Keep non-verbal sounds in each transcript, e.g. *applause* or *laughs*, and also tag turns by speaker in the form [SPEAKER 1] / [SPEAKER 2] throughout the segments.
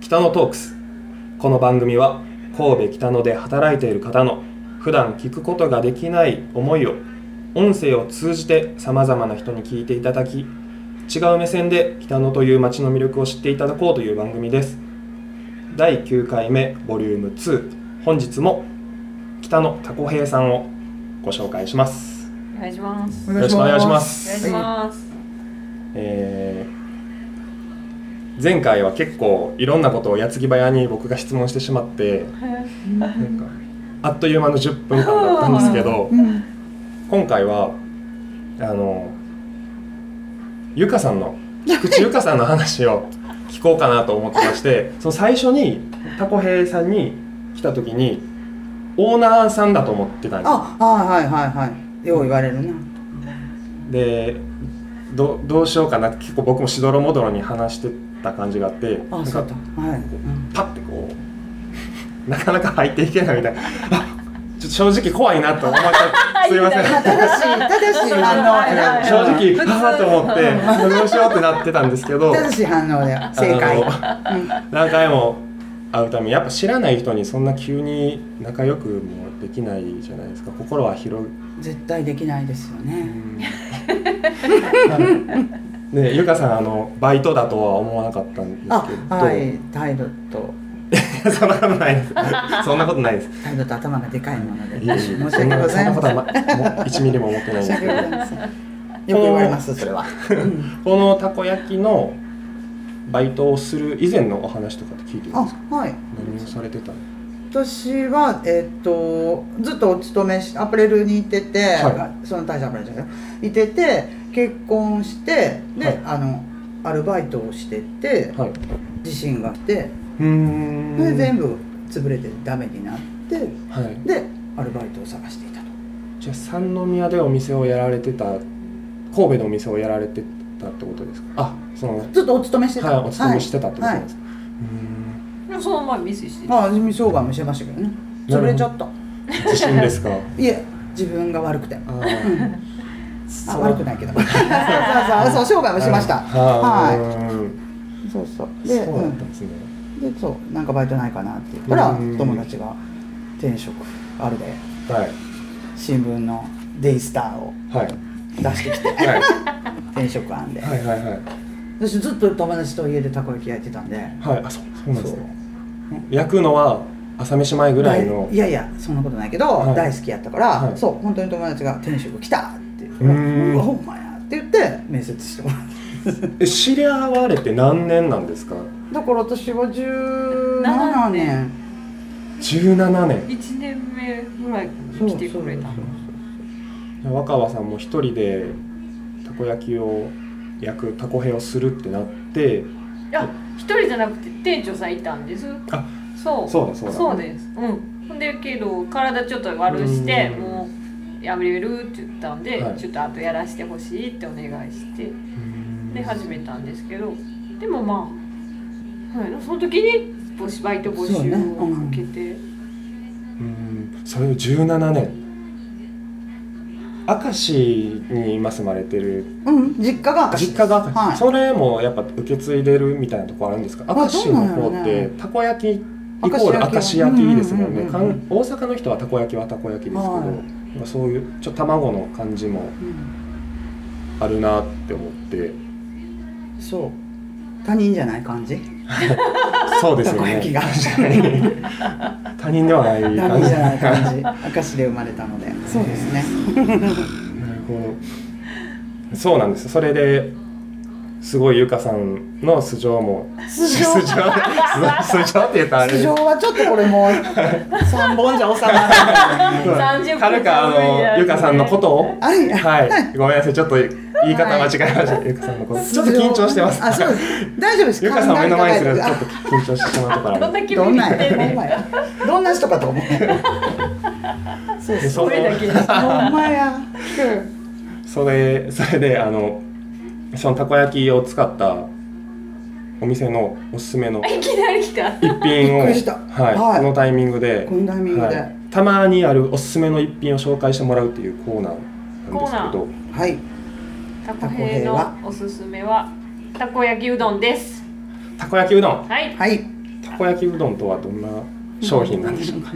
[SPEAKER 1] 北野トークスこの番組は神戸北野で働いている方の普段聞くことができない思いを音声を通じてさまざまな人に聞いていただき違う目線で北野という街の魅力を知っていただこうという番組です第9回目ボリューム2本日も北野タコ平さんをご紹介します
[SPEAKER 2] お願いします。
[SPEAKER 3] お
[SPEAKER 2] お
[SPEAKER 1] よろしくお願いします
[SPEAKER 2] 願いします。
[SPEAKER 1] えー前回は結構いろんなことを矢継ぎ早に僕が質問してしまってなんかあっという間の10分間だったんですけど
[SPEAKER 3] うん、
[SPEAKER 1] 今回はあのゆかさんの菊池ゆかさんの話を聞こうかなと思ってましてその最初にタコヘイさんに来た時にオーナーさんだと思ってたんですよ
[SPEAKER 3] あはいはいはいはいよう言われるな
[SPEAKER 1] でどどうしようかなって結構僕もしどろもどろに話してた感じがあってなんか
[SPEAKER 3] あそうだはい、うん
[SPEAKER 1] パッてこうなかなか入っていけないみたいなあちょっと正直怖いなと思っち
[SPEAKER 3] *laughs*
[SPEAKER 1] ゃってすいません
[SPEAKER 3] 正しい正しい反応や *laughs* な
[SPEAKER 1] 正直
[SPEAKER 2] 普通
[SPEAKER 1] はあと思ってどうしようってなってたんですけど
[SPEAKER 3] 正しい反応だよ正解うん
[SPEAKER 1] 何回も会うためにやっぱ知らない人にそんな急に仲良くもできないじゃないですか心は広い
[SPEAKER 3] 絶対できないですよね *laughs*
[SPEAKER 1] ねゆかさんあのバイトだとは思わなかったんですけど
[SPEAKER 3] あはい態度と
[SPEAKER 1] *laughs* そんなことない
[SPEAKER 3] *laughs*
[SPEAKER 1] ですそんなことないです
[SPEAKER 3] 態度と頭がでかいもので
[SPEAKER 1] いえいえ
[SPEAKER 3] 申し訳ございませ
[SPEAKER 1] そん
[SPEAKER 3] ん
[SPEAKER 1] なことは、ま、もう1ミリも思ってないん
[SPEAKER 3] 申し
[SPEAKER 1] ですけ
[SPEAKER 3] 訳
[SPEAKER 1] ど
[SPEAKER 3] ございませんよく言われますそれは、うん
[SPEAKER 1] このたこ焼きのバイトをする以前のお話とかって聞いてるん
[SPEAKER 3] あ
[SPEAKER 1] ですか
[SPEAKER 3] はい
[SPEAKER 1] 何をされてたの
[SPEAKER 3] 私は、えっとずっとお勤めしアパレルにいてて、
[SPEAKER 1] は
[SPEAKER 3] その大したアパレルじゃないいてて結婚してで、
[SPEAKER 1] はい
[SPEAKER 3] あのアルバイトをしてて、
[SPEAKER 1] はい
[SPEAKER 3] 自信があって
[SPEAKER 1] うーん
[SPEAKER 3] で全部潰れてダメになって
[SPEAKER 1] はい
[SPEAKER 3] でアルバイトを探していたと
[SPEAKER 1] じゃあ三宮でお店をやられてた神戸のお店をやられてたってことですかあその
[SPEAKER 3] ずっとお勤めしてた
[SPEAKER 1] はいお勤めしてたってこと
[SPEAKER 3] はい
[SPEAKER 1] ですか、う
[SPEAKER 2] でもそのままミスしてる。
[SPEAKER 3] はい、まあ味噌がもしてましたけどね
[SPEAKER 1] なるほど
[SPEAKER 3] 潰れちゃった
[SPEAKER 1] ーん自信です
[SPEAKER 3] *laughs*
[SPEAKER 1] か
[SPEAKER 3] いえ自分が悪くて
[SPEAKER 1] あ
[SPEAKER 3] あ悪くないいけど *laughs* そうそうそうそう商売もしました
[SPEAKER 1] はい
[SPEAKER 3] は
[SPEAKER 1] う
[SPEAKER 3] いそうそう
[SPEAKER 1] ーん
[SPEAKER 3] で
[SPEAKER 1] そうだったんですね、
[SPEAKER 3] でそうなんかバイトないかなって言ったら
[SPEAKER 1] うん
[SPEAKER 3] 友達が転職あるで
[SPEAKER 1] はい
[SPEAKER 3] 新聞のデイスターを
[SPEAKER 1] はい
[SPEAKER 3] 出して
[SPEAKER 1] *laughs*
[SPEAKER 3] きて *laughs*
[SPEAKER 1] はい
[SPEAKER 3] 転職案で、
[SPEAKER 1] はいはいはい
[SPEAKER 3] 私ずっと友達と家でたこ焼き焼いてたんで
[SPEAKER 1] はいあそうそうなんですね
[SPEAKER 3] そうね
[SPEAKER 1] 焼くのは朝飯前ぐらいの
[SPEAKER 3] いやいやそんなことないけど、
[SPEAKER 1] はい
[SPEAKER 3] 大好きやったから、
[SPEAKER 1] はい
[SPEAKER 3] そう本当に友達が転職来たって言うか
[SPEAKER 1] う
[SPEAKER 3] ら
[SPEAKER 1] ーん
[SPEAKER 3] うわほんまやって言って面接してもらった
[SPEAKER 1] え知り合われて何年なんですか
[SPEAKER 3] だから私は17年
[SPEAKER 1] 17年
[SPEAKER 2] 一年目ぐらい
[SPEAKER 3] そう
[SPEAKER 2] 来てくれた
[SPEAKER 3] そう。
[SPEAKER 1] 若葉さんも一人でたこ焼きを焼くたこへをするってなって
[SPEAKER 2] いや一人じゃなくて店長さんいたんです。
[SPEAKER 1] あ
[SPEAKER 2] そう。
[SPEAKER 1] そうだそうだ
[SPEAKER 2] です。うん。ほんでけど体ちょっと悪して
[SPEAKER 1] うん
[SPEAKER 2] もうやめるって言ったんで、
[SPEAKER 1] はい
[SPEAKER 2] ちょっとあとやらしてほしいってお願いしてで始めたんですけど、でもまあ、はい、その時に募集バイト募
[SPEAKER 3] そう
[SPEAKER 2] 集
[SPEAKER 3] ね
[SPEAKER 2] を
[SPEAKER 3] うん
[SPEAKER 2] かけ
[SPEAKER 1] う
[SPEAKER 2] て、
[SPEAKER 1] んそれを17年明石に今住まれてる
[SPEAKER 3] うん実家が明石
[SPEAKER 1] 実家が明石、
[SPEAKER 3] はい
[SPEAKER 1] それもやっぱ受け継いでるみたいなとこあるんですか
[SPEAKER 3] あ
[SPEAKER 1] 明石の
[SPEAKER 3] ど
[SPEAKER 1] 方
[SPEAKER 3] うな
[SPEAKER 1] っ
[SPEAKER 3] んや
[SPEAKER 1] て
[SPEAKER 3] ろね
[SPEAKER 1] たこ焼きイコール明石焼きですもんね、
[SPEAKER 3] うんうん
[SPEAKER 1] か
[SPEAKER 3] うんうん
[SPEAKER 1] ん大阪の人はたこ焼きはたこ焼きですけど、
[SPEAKER 3] はい
[SPEAKER 1] なんかそういうちょっと卵の感じも
[SPEAKER 3] うん
[SPEAKER 1] あるなって思って
[SPEAKER 3] そう他人じゃない感じ
[SPEAKER 1] そうです
[SPEAKER 3] た
[SPEAKER 1] よ
[SPEAKER 3] こ
[SPEAKER 1] ね
[SPEAKER 3] 焼きが
[SPEAKER 1] *laughs* 他人ではない
[SPEAKER 3] 他
[SPEAKER 1] 感
[SPEAKER 3] 人
[SPEAKER 1] じ
[SPEAKER 3] じゃない感じ明石で生まれたのでそうですね
[SPEAKER 1] なるほどそうなんですそれですごいゆかさんの素性も
[SPEAKER 3] 素性
[SPEAKER 1] 素性素素性って言ったらあれ
[SPEAKER 3] 素性はちょっとこれもう3本じゃ収まらない
[SPEAKER 1] そう
[SPEAKER 2] 30分
[SPEAKER 1] はるかあのゆかさんのことを
[SPEAKER 3] はい
[SPEAKER 1] はいごめんなさいちょっと言い方間違えました、ゆかさんのことちょっと緊張してます
[SPEAKER 3] あそうです大丈夫で
[SPEAKER 1] *laughs*
[SPEAKER 3] す
[SPEAKER 1] ゆかさんを目の前にするとちょ
[SPEAKER 3] 考
[SPEAKER 1] っと緊張してしまうところあ
[SPEAKER 2] ど
[SPEAKER 1] る
[SPEAKER 2] んな気
[SPEAKER 3] えたら
[SPEAKER 2] 分
[SPEAKER 3] どん
[SPEAKER 2] で
[SPEAKER 3] な
[SPEAKER 2] 来てんねん
[SPEAKER 3] んやどんな人かと思うそう
[SPEAKER 1] で
[SPEAKER 3] そう
[SPEAKER 1] そ
[SPEAKER 2] 声だけで
[SPEAKER 3] ほんまや
[SPEAKER 1] それそれであのそのたこ焼きを使ったお店のおすすめの
[SPEAKER 2] いきなり来た。
[SPEAKER 1] 一品を
[SPEAKER 3] びっくりした
[SPEAKER 1] はい
[SPEAKER 3] はい
[SPEAKER 1] このタイミングで
[SPEAKER 3] このタイミングで
[SPEAKER 1] は、
[SPEAKER 3] はい
[SPEAKER 1] たまにあるおすすめの一品を紹介してもらうっていうコーナーなんですけど
[SPEAKER 3] い、
[SPEAKER 2] タコヘイのおすすめはたこ焼きうどんです。
[SPEAKER 1] たこ焼きうどん
[SPEAKER 2] はい。
[SPEAKER 3] はい
[SPEAKER 1] たこ焼きうどんとはどんな商品なんでしょうか。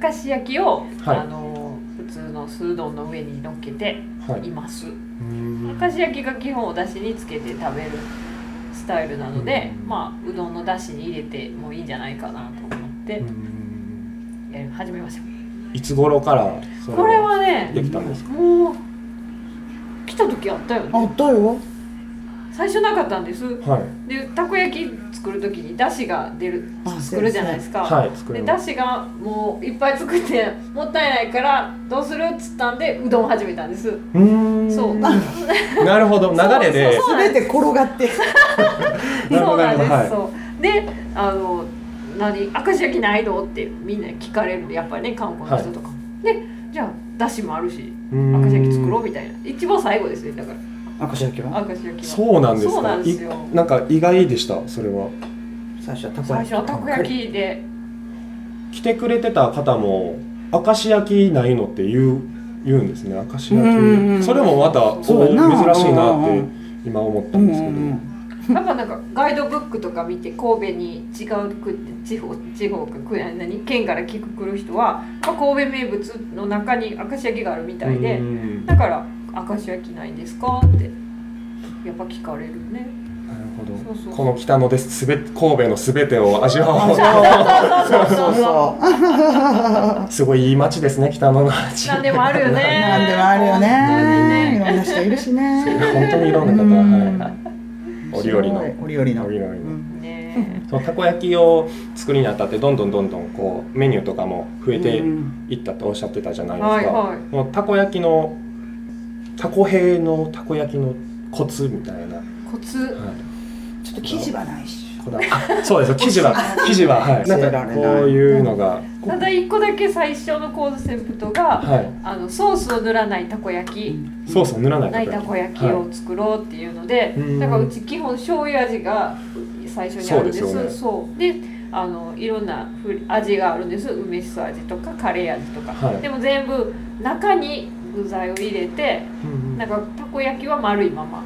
[SPEAKER 2] 明石焼きを、
[SPEAKER 1] はい
[SPEAKER 2] あの普通の酢うどんの上に乗っけて
[SPEAKER 1] はい
[SPEAKER 2] い。ます、
[SPEAKER 1] うん
[SPEAKER 2] 明石焼きが基本お出汁につけて食べるスタイルなので、まあうどんの出汁に入れてもいいんじゃないかなと思って
[SPEAKER 1] うん
[SPEAKER 2] やり始めました、
[SPEAKER 1] いつ頃からそれ
[SPEAKER 2] これは
[SPEAKER 1] で
[SPEAKER 2] ね
[SPEAKER 1] きたんですか。
[SPEAKER 2] もう来た時あったよ
[SPEAKER 3] あ
[SPEAKER 2] ね
[SPEAKER 3] ったよ
[SPEAKER 2] 最初なかったんです
[SPEAKER 1] はい
[SPEAKER 2] でたこ焼き作る時に出汁が出る
[SPEAKER 3] あ
[SPEAKER 2] 作るじゃないですか、
[SPEAKER 1] はい作
[SPEAKER 2] で
[SPEAKER 1] り
[SPEAKER 2] だ
[SPEAKER 1] ます。
[SPEAKER 2] しがもういっぱい作ってもったいないからどうするっつったんでうどん始めたんです
[SPEAKER 1] うん
[SPEAKER 2] そう
[SPEAKER 1] なるほど流れで
[SPEAKER 2] そうなん
[SPEAKER 3] 全
[SPEAKER 2] で
[SPEAKER 3] て転がって
[SPEAKER 1] なる
[SPEAKER 2] そ
[SPEAKER 1] ほど
[SPEAKER 2] うなんです、
[SPEAKER 1] なるほ
[SPEAKER 2] そうであの「何明石焼きないの?」ってみんなに聞かれるのやっぱりね観光の人とか、でじゃあだしもあるし
[SPEAKER 1] うん
[SPEAKER 2] 明石焼き作ろうみたいな一番最後ですねだか
[SPEAKER 3] 明石焼きは
[SPEAKER 2] ら明石焼きは
[SPEAKER 1] そうなんですか。
[SPEAKER 2] そうなんですよ
[SPEAKER 1] いなんか意外でしたそれは。
[SPEAKER 3] 最初はたこ
[SPEAKER 2] 最
[SPEAKER 3] 焼き
[SPEAKER 2] 初はたこ焼きで
[SPEAKER 1] 来てくれてた方も明石焼きないのって言う言うんですね明石焼
[SPEAKER 3] うんうんう
[SPEAKER 1] き
[SPEAKER 3] ん
[SPEAKER 1] それもまたお珍し
[SPEAKER 3] そうやない
[SPEAKER 1] なっ
[SPEAKER 3] うんうんう
[SPEAKER 1] て
[SPEAKER 3] ん
[SPEAKER 1] 今思った
[SPEAKER 3] うんん
[SPEAKER 1] で
[SPEAKER 3] う
[SPEAKER 1] す
[SPEAKER 3] ん
[SPEAKER 1] けど
[SPEAKER 3] うん
[SPEAKER 2] やっぱなんかガイドブックとか見て神戸に違うく地方地方かく何県から聞く来る人は、まあ、神戸名物の中に明石焼きがあるみたいで、
[SPEAKER 1] うんな
[SPEAKER 2] だから「明石焼きないんですか?」ってやっぱ聞かれるね。
[SPEAKER 1] るほど
[SPEAKER 2] そうそう
[SPEAKER 1] この北野ですべ神戸のすべてを味わおう
[SPEAKER 2] *laughs* そうそう
[SPEAKER 3] そうそう
[SPEAKER 1] すごいいい街ですね北野の街
[SPEAKER 2] なん
[SPEAKER 1] *laughs*
[SPEAKER 2] でもあるよね。
[SPEAKER 3] なんでもあるよねいろんな人いるしね
[SPEAKER 1] 本当にいろんな
[SPEAKER 3] うん
[SPEAKER 1] 方はいお料理の
[SPEAKER 3] 面白いお料理の
[SPEAKER 1] お料理の
[SPEAKER 3] うん
[SPEAKER 2] ね
[SPEAKER 1] そのたこ焼きを作るにあたってどんどんどんどんこうメニューとかも増えて
[SPEAKER 3] うん
[SPEAKER 1] いったとおっしゃってたじゃないで
[SPEAKER 2] え
[SPEAKER 1] すか、
[SPEAKER 2] はいはい。
[SPEAKER 1] もうたこ焼きのたこ兵のたこ焼きのコツみたいな、
[SPEAKER 2] コツ
[SPEAKER 3] ちょっと生地はないし
[SPEAKER 1] こだわそうです生地
[SPEAKER 2] *laughs*
[SPEAKER 1] は生地ははい
[SPEAKER 3] 教
[SPEAKER 1] なん
[SPEAKER 3] えられ
[SPEAKER 1] か
[SPEAKER 3] ない
[SPEAKER 1] こういうのが
[SPEAKER 2] ただ一個だけ最初のコードセンプトが
[SPEAKER 1] は
[SPEAKER 2] あのソースを塗らないたこ焼き。
[SPEAKER 1] いソースを塗らな
[SPEAKER 2] ないいたこ焼き
[SPEAKER 1] はい
[SPEAKER 2] を作ろうっていうので、
[SPEAKER 1] うん
[SPEAKER 2] だからうち基本醤油味が最初にあるんです
[SPEAKER 1] そう
[SPEAKER 2] そう
[SPEAKER 1] で
[SPEAKER 2] で,、
[SPEAKER 1] す
[SPEAKER 2] あのいろんなふり味があるんです梅しそ味とかカレー味とか、
[SPEAKER 1] はい
[SPEAKER 2] でも全部中に具材を入れて
[SPEAKER 1] うん
[SPEAKER 2] なんかたこ焼きは丸いまま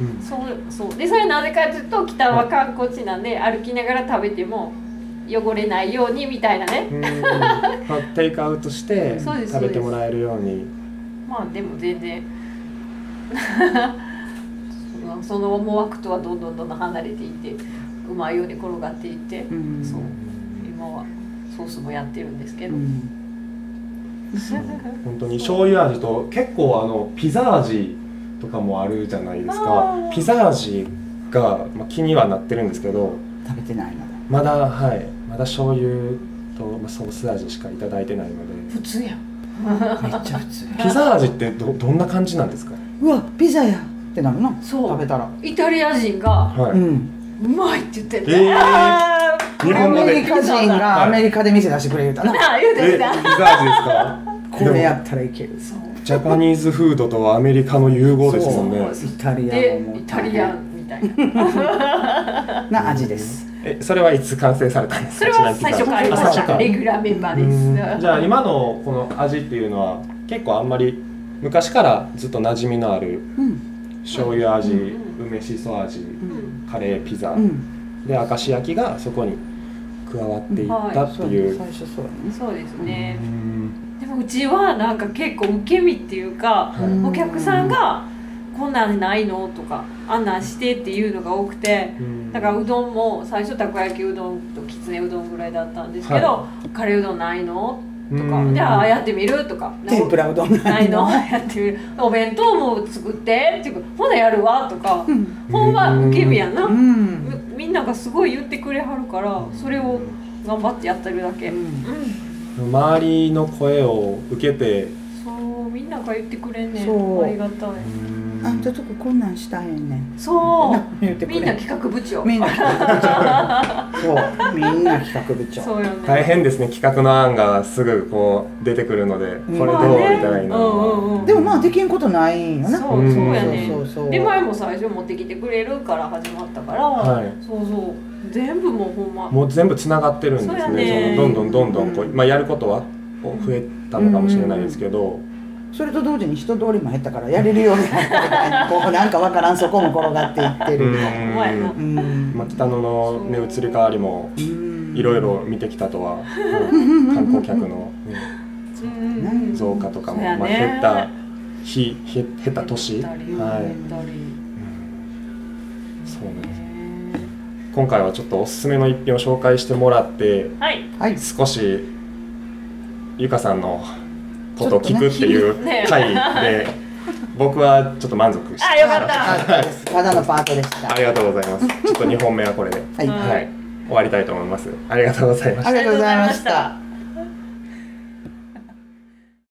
[SPEAKER 1] うん
[SPEAKER 2] そうそうでそれなぜかというと北は観光地なんで歩きながら食べても汚れないようにみたいなね
[SPEAKER 1] うん
[SPEAKER 2] *laughs*
[SPEAKER 1] まあテイクアウトして
[SPEAKER 2] そうです
[SPEAKER 1] 食べてもらえるように
[SPEAKER 2] まあでも全然 *laughs* そのその思惑とはどんどんどんどん離れていってうまいように転がっていって
[SPEAKER 3] うん
[SPEAKER 2] そう今はソースもやってるんですけ
[SPEAKER 3] う *laughs*
[SPEAKER 2] ど、
[SPEAKER 3] ん
[SPEAKER 1] 本当に醤油味と結構あのピザ味とかもあるじゃないですか
[SPEAKER 2] あー
[SPEAKER 1] ピザ味が、まあ、気にはなってるんですけど
[SPEAKER 3] 食べてないの
[SPEAKER 1] まだはいまだ醤油と、まあ、ソース味しかいただいてないので
[SPEAKER 2] 普通やん
[SPEAKER 3] めっちゃ普通
[SPEAKER 1] ピザ味ってどどんな感じなんですか。
[SPEAKER 3] うわピザやってなるな
[SPEAKER 2] そう
[SPEAKER 3] 食べたら
[SPEAKER 2] イタリア人が
[SPEAKER 1] は
[SPEAKER 3] う
[SPEAKER 1] い。
[SPEAKER 3] ん
[SPEAKER 2] 「うまい!」って言ってんだ
[SPEAKER 1] えー
[SPEAKER 2] あー
[SPEAKER 1] 日
[SPEAKER 3] ア
[SPEAKER 1] 本語で
[SPEAKER 3] メリカ人がアメリカで店出してくれるたな
[SPEAKER 2] あー言うて
[SPEAKER 1] え、ピ
[SPEAKER 2] き
[SPEAKER 1] ザ
[SPEAKER 2] た
[SPEAKER 1] 味ですか。
[SPEAKER 3] これやったらいける
[SPEAKER 2] そう
[SPEAKER 1] ジャパニーズフードとアメリカの融合ですもんね。
[SPEAKER 3] そうイタリア
[SPEAKER 2] で
[SPEAKER 3] ンも
[SPEAKER 2] イタリアンみたいな
[SPEAKER 3] な味です
[SPEAKER 1] え、それはいつ完成されたんです
[SPEAKER 2] そ
[SPEAKER 1] か。
[SPEAKER 2] れは最初からありま
[SPEAKER 1] あ
[SPEAKER 2] し
[SPEAKER 1] 最初
[SPEAKER 2] た
[SPEAKER 1] か
[SPEAKER 2] レギュラーメンバー
[SPEAKER 1] う
[SPEAKER 2] で
[SPEAKER 1] ん
[SPEAKER 2] す
[SPEAKER 1] じゃあ今のこの味っていうのは結構あんまり昔からずっと馴染みのある
[SPEAKER 3] うん
[SPEAKER 1] 醤油味、
[SPEAKER 2] う
[SPEAKER 1] 梅しそ味、
[SPEAKER 3] うん
[SPEAKER 1] カレーピザ、
[SPEAKER 3] うん
[SPEAKER 1] で明石焼きがそこに加わっていったって
[SPEAKER 3] そう
[SPEAKER 1] い
[SPEAKER 3] ね
[SPEAKER 1] う。
[SPEAKER 3] 最初そうやね
[SPEAKER 2] そうですね、
[SPEAKER 1] うん
[SPEAKER 2] でもうちはなんか結構受け身っていう
[SPEAKER 1] は
[SPEAKER 2] か、
[SPEAKER 1] い
[SPEAKER 2] お客さんが「こんなんないの?」とか「あんなんして」っていうのが多くて
[SPEAKER 1] うん
[SPEAKER 2] だからうどんも最初たこ焼きうどんときつねうどんぐらいだったんですけど「カレーうどんないの?」と
[SPEAKER 1] う
[SPEAKER 2] か「
[SPEAKER 1] ん
[SPEAKER 2] じゃあやってみる?」とか「
[SPEAKER 3] 天ぷらうどん
[SPEAKER 2] ないのやってみるお弁当も作って」っていうか「ほなやるわ」とか
[SPEAKER 3] うん
[SPEAKER 2] ほんま受け身やな、
[SPEAKER 3] うん
[SPEAKER 2] みみんながすごい言ってくれはるからそれを頑張ってやってるだけ、
[SPEAKER 3] う
[SPEAKER 2] う
[SPEAKER 3] ん
[SPEAKER 2] ん、
[SPEAKER 1] 周りの声を受けて
[SPEAKER 2] そうみんなが言ってくれんね
[SPEAKER 3] そうん
[SPEAKER 2] ありがたい
[SPEAKER 3] あんたとここんなんしたいねん
[SPEAKER 2] そ
[SPEAKER 3] 言って
[SPEAKER 2] う
[SPEAKER 3] く
[SPEAKER 2] み
[SPEAKER 3] れ
[SPEAKER 2] んな企画部長
[SPEAKER 3] みんな企画部長そうみんな企画部長
[SPEAKER 2] そうよね
[SPEAKER 1] 大変ですね企画の案がすぐこう出てくるので
[SPEAKER 3] ん
[SPEAKER 1] これどうみたいな
[SPEAKER 2] まあねうんうんうん
[SPEAKER 3] でもまあできんことないんよな
[SPEAKER 2] そう
[SPEAKER 1] うん
[SPEAKER 2] そうやね
[SPEAKER 3] そうそうそう
[SPEAKER 2] 出前も最初持ってきてくれるから始まったから、
[SPEAKER 1] はい
[SPEAKER 2] そうそう全部もうほんま
[SPEAKER 1] もう全部つながってるんですね
[SPEAKER 2] そ
[SPEAKER 1] そう
[SPEAKER 2] やね
[SPEAKER 1] のどんどんどんどんこう、
[SPEAKER 3] うん
[SPEAKER 1] まあ、やることはこう増えたのかもしれないですけど、
[SPEAKER 3] それと同時に人通りも減ったからやれるようになったみたい *laughs* なこうなんかわからんそこも転がっていってるみたいな
[SPEAKER 2] うまいな
[SPEAKER 3] うん
[SPEAKER 1] まあ、北野の、ね、移り変わりも
[SPEAKER 3] うん
[SPEAKER 1] いろいろ見てきたと
[SPEAKER 2] *laughs*
[SPEAKER 1] は、うん観光客の、ね
[SPEAKER 2] うん
[SPEAKER 3] ね
[SPEAKER 2] うん
[SPEAKER 1] 増加とかも、
[SPEAKER 2] そうやね
[SPEAKER 1] まあ、減った日へ減った年、
[SPEAKER 2] 減った
[SPEAKER 1] は
[SPEAKER 2] り
[SPEAKER 1] い
[SPEAKER 2] 減った
[SPEAKER 1] う
[SPEAKER 2] り
[SPEAKER 1] んそうなんです
[SPEAKER 2] ね
[SPEAKER 1] 今回はちょっとおすすめの一品を紹介してもらって
[SPEAKER 2] はい
[SPEAKER 3] はい
[SPEAKER 1] 少しゆかさんのことを聞くっていう
[SPEAKER 2] ね
[SPEAKER 1] 回
[SPEAKER 2] *laughs*
[SPEAKER 1] で、僕はちょっと満足して
[SPEAKER 2] あよかった
[SPEAKER 3] あそうですただのパートでした
[SPEAKER 1] ありがとうございますちょっと2本目はこれで、
[SPEAKER 3] はい
[SPEAKER 1] はい、終わりたいと思いますありがとうございました
[SPEAKER 3] ありがとうございまし
[SPEAKER 2] ありがとうございました
[SPEAKER 3] た